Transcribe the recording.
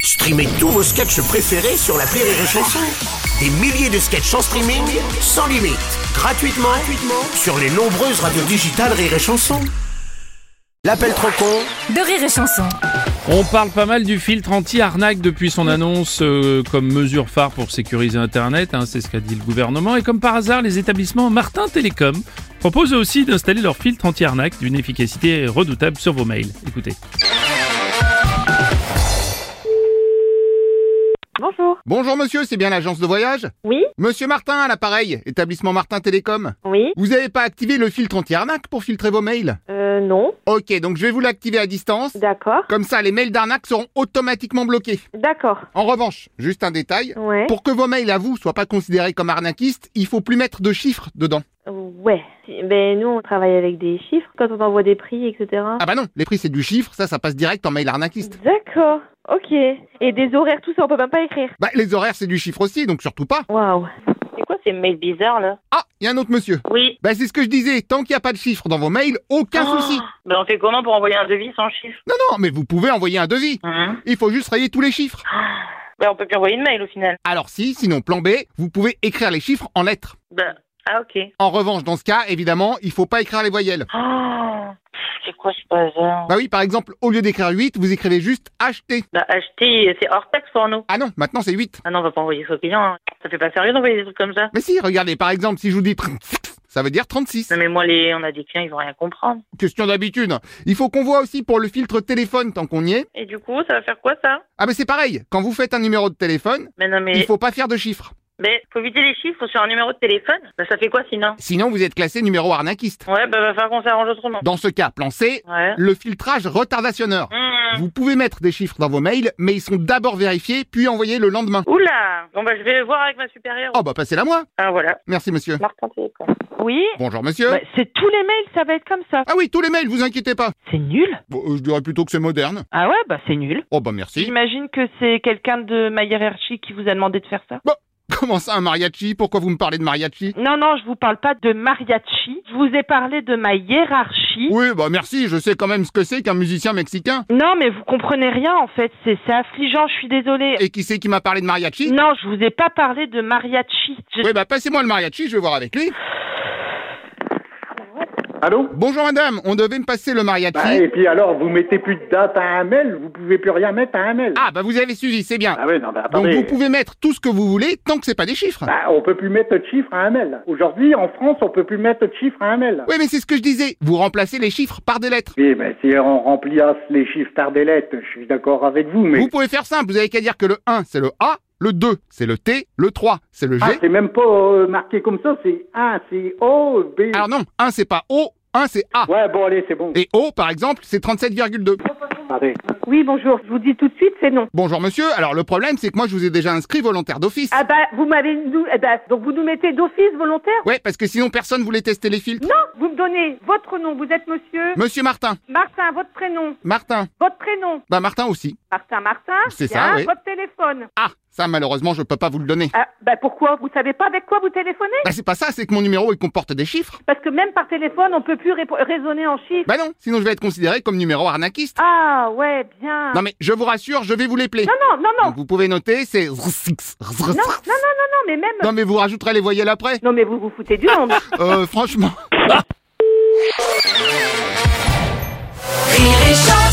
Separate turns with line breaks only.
Streamez tous vos sketchs préférés sur la Rire et Chanson. Des milliers de sketchs en streaming, sans limite, gratuitement, gratuitement sur les nombreuses radios digitales Rire et Chanson. L'appel trop con
de rire et chanson.
On parle pas mal du filtre anti-arnaque depuis son annonce euh, comme mesure phare pour sécuriser Internet, hein, c'est ce qu'a dit le gouvernement. Et comme par hasard, les établissements Martin Télécom proposent eux aussi d'installer leur filtre anti-arnaque d'une efficacité redoutable sur vos mails. Écoutez.
Bonjour.
Bonjour monsieur, c'est bien l'agence de voyage
Oui,
Monsieur Martin à l'appareil, établissement Martin Télécom.
oui,
Vous avez pas activé le filtre anti-arnaque pour filtrer vos mails
euh, non,
Ok, donc je vais vous l'activer à distance.
d'accord,
Comme ça, les mails d'arnaque seront automatiquement bloqués.
d'accord,
En revanche, juste un détail.
ouais,
Pour que vos mails à vous soient pas considérés comme arnaquistes, il faut plus mettre de chiffres dedans.
ouais. Si- Ben nous, on travaille avec des chiffres quand on envoie des prix, etc.
Ah bah non, les prix c'est du chiffre, ça ça passe direct en mail arnaquiste.
D'accord, ok. Et des horaires, tout ça, on peut même pas écrire.
Bah les horaires c'est du chiffre aussi, donc surtout pas.
Waouh.
C'est quoi ces mails bizarres là
Ah, il y a un autre monsieur.
Oui.
Bah c'est ce que je disais, tant qu'il n'y a pas de chiffres dans vos mails, aucun souci.
Ben on fait comment pour envoyer un devis sans chiffre
Non non, mais vous pouvez envoyer un devis. Il faut juste rayer tous les chiffres.
Hein Ben on peut plus envoyer de mail au final.
Alors si, sinon plan B, vous pouvez écrire les chiffres en lettres.
Ben ah ok.
En revanche, dans ce cas, évidemment, il faut pas écrire les voyelles.
Oh, pff, c'est quoi ce bazar
Bah oui, par exemple, au lieu d'écrire 8, vous écrivez juste HT.
Ben acheter, c'est hors taxe pour nous.
Ah non, maintenant c'est 8.
Ah non, on va pas envoyer ça aux clients. hein. Ça fait pas sérieux d'envoyer des trucs comme ça.
Mais si, regardez, par exemple, si je vous dis 36, ça veut dire 36.
Non mais moi les, on a des clients, ils vont rien comprendre.
Question d'habitude. Il faut qu'on voit aussi pour le filtre téléphone tant qu'on y est.
Et du coup, ça va faire quoi ça
Ah mais c'est pareil, quand vous faites un numéro de téléphone,
Ben non mais,
il faut pas faire de chiffres.
ben faut éviter les chiffres sur un numéro de téléphone. Ben ça fait quoi sinon
Sinon, vous êtes classé numéro arnaquiste.
Ouais, ben va falloir qu'on s'arrange autrement.
Dans ce cas, plan C,
Ouais.
le filtrage retardationneur.
Mmh.
Vous pouvez mettre des chiffres dans vos mails, mais ils sont d'abord vérifiés, puis envoyés le lendemain.
Oula Bon ben je vais voir avec ma supérieure.
Oh bah passez-la moi
Ah voilà.
Merci monsieur.
Martin Télécom.
Oui,
Bonjour monsieur.
bah, c'est tous les mails, ça va être comme ça.
Ah oui, tous les mails, vous inquiétez pas.
C'est nul.
Bon, euh, je dirais plutôt que c'est moderne.
Ah ouais, bah c'est nul.
Oh bah merci.
J'imagine que c'est quelqu'un de ma hiérarchie qui vous a demandé de faire ça.
Comment ça un mariachi Pourquoi vous me parlez de mariachi
Non, non, je vous parle pas de mariachi. Je vous ai parlé de ma hiérarchie.
Oui, bah merci, je sais quand même ce que c'est qu'un musicien mexicain.
Non, mais vous comprenez rien en fait. C'est c'est affligeant, je suis désolée.
Et qui c'est qui m'a parlé de mariachi
Non, je vous ai pas parlé de mariachi. Je-
Oui, bah passez-moi le mariachi, je vais voir avec lui.
Allô
Bonjour madame, on devait me passer le
Bah,
mariachi.
Et puis alors, vous mettez plus de date à un mail, vous pouvez plus rien mettre à un mail.
Ah bah vous avez suivi, c'est bien.
Ah oui, non, mais
Donc
attendez.
vous pouvez mettre tout ce que vous voulez tant que c'est pas des chiffres.
Bah, on peut plus mettre de chiffres à un mail. Aujourd'hui, en France, on peut plus mettre de chiffres à un mail.
Oui, mais c'est ce que je disais, vous remplacez les chiffres par des lettres.
Oui, mais si on remplace les chiffres par des lettres, je suis d'accord avec vous, mais
Vous pouvez faire simple, vous avez qu'à dire que le 1 c'est le A, le 2 c'est le T, le 3 c'est le G.
Ah, c'est même pas euh, marqué comme ça, c'est 1, c'est O, B.
Alors non, 1 c'est pas O, 1 c'est A.
Ouais, bon, allez, c'est bon.
Et O, par exemple, c'est 37,2.
Attendez.
Oui, bonjour. Je vous dis tout de suite, c'est non.
Bonjour monsieur, alors le problème c'est que moi je vous ai déjà inscrit volontaire d'office.
Ah bah, vous m'avez... nous- eh bah, donc vous nous mettez d'office volontaire
Ouais, parce que sinon personne voulait tester les filtres.
Non, vous me donnez votre nom. Vous êtes monsieur
Monsieur Martin,
Martin, votre prénom.
Martin,
Votre prénom.
bah Martin aussi.
Martin, Martin.
C'est
Bien,
ça, oui.
Votre téléphone.
Ah, ça malheureusement je peux pas vous le donner.
Ah, bah pourquoi Vous savez pas avec quoi vous téléphonez
Bah c'est pas ça, c'est que mon numéro il comporte des chiffres.
Parce que même par téléphone, on peut plus répo- raisonner en chiffres.
Bah non, sinon je vais être considéré comme numéro arnaquiste.
Ah ouais, bien.
Non mais je vous rassure, je vais vous les plaire.
Non, non, non, non.
Donc vous pouvez noter, c'est...
Non, non, non, non, non, mais même.
Non mais vous rajouterez les voyelles après.
Non, mais vous vous foutez du monde.
Euh franchement...
Rire et chanson.